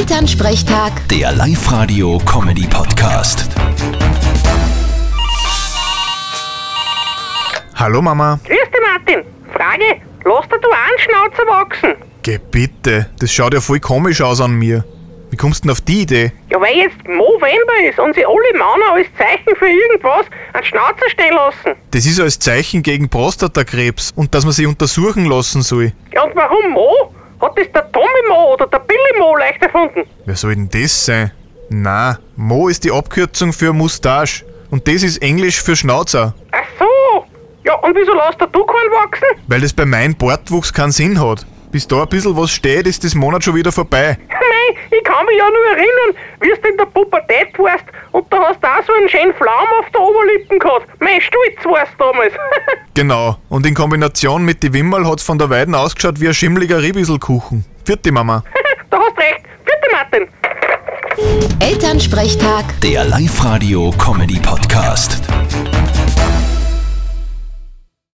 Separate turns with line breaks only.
Elternsprechtag,
Der Live-Radio-Comedy-Podcast.
Hallo Mama.
Grüß dich, Martin. Frage, lass dir du einen Schnauzer wachsen?
Geh bitte, das schaut ja voll komisch aus an mir. Wie kommst du denn auf die Idee?
Ja, weil jetzt November ist und sie alle Männer als Zeichen für irgendwas einen Schnauzer stehen lassen.
Das ist als Zeichen gegen Prostatakrebs und dass man sie untersuchen lassen soll.
Ja, und warum Mo? Hat das der Tommy Mo oder der Billy Mo leicht erfunden?
Wer soll denn das sein? Na, Mo ist die Abkürzung für Mustache und das ist Englisch für Schnauzer,
Ach so. Ja, und wieso lässt dir du keinen wachsen?
weil das bei meinem Bartwuchs keinen Sinn hat. Bis da ein bisschen was steht, ist das Monat schon wieder vorbei.
Nein, ich kann mich ja nur erinnern, wie du in der Pubertät warst und da hast du auch so einen schönen Flaum auf der Oberlippe gehabt. Mein Stolz warst du damals.
Genau, und in Kombination mit die Wimmerl hat's von der Weiden ausgeschaut wie ein schimmliger Ribbiselkuchen. Vierte Mama.
da hast recht. Bitte, Martin.
Elternsprechtag.
Der Live-Radio-Comedy-Podcast.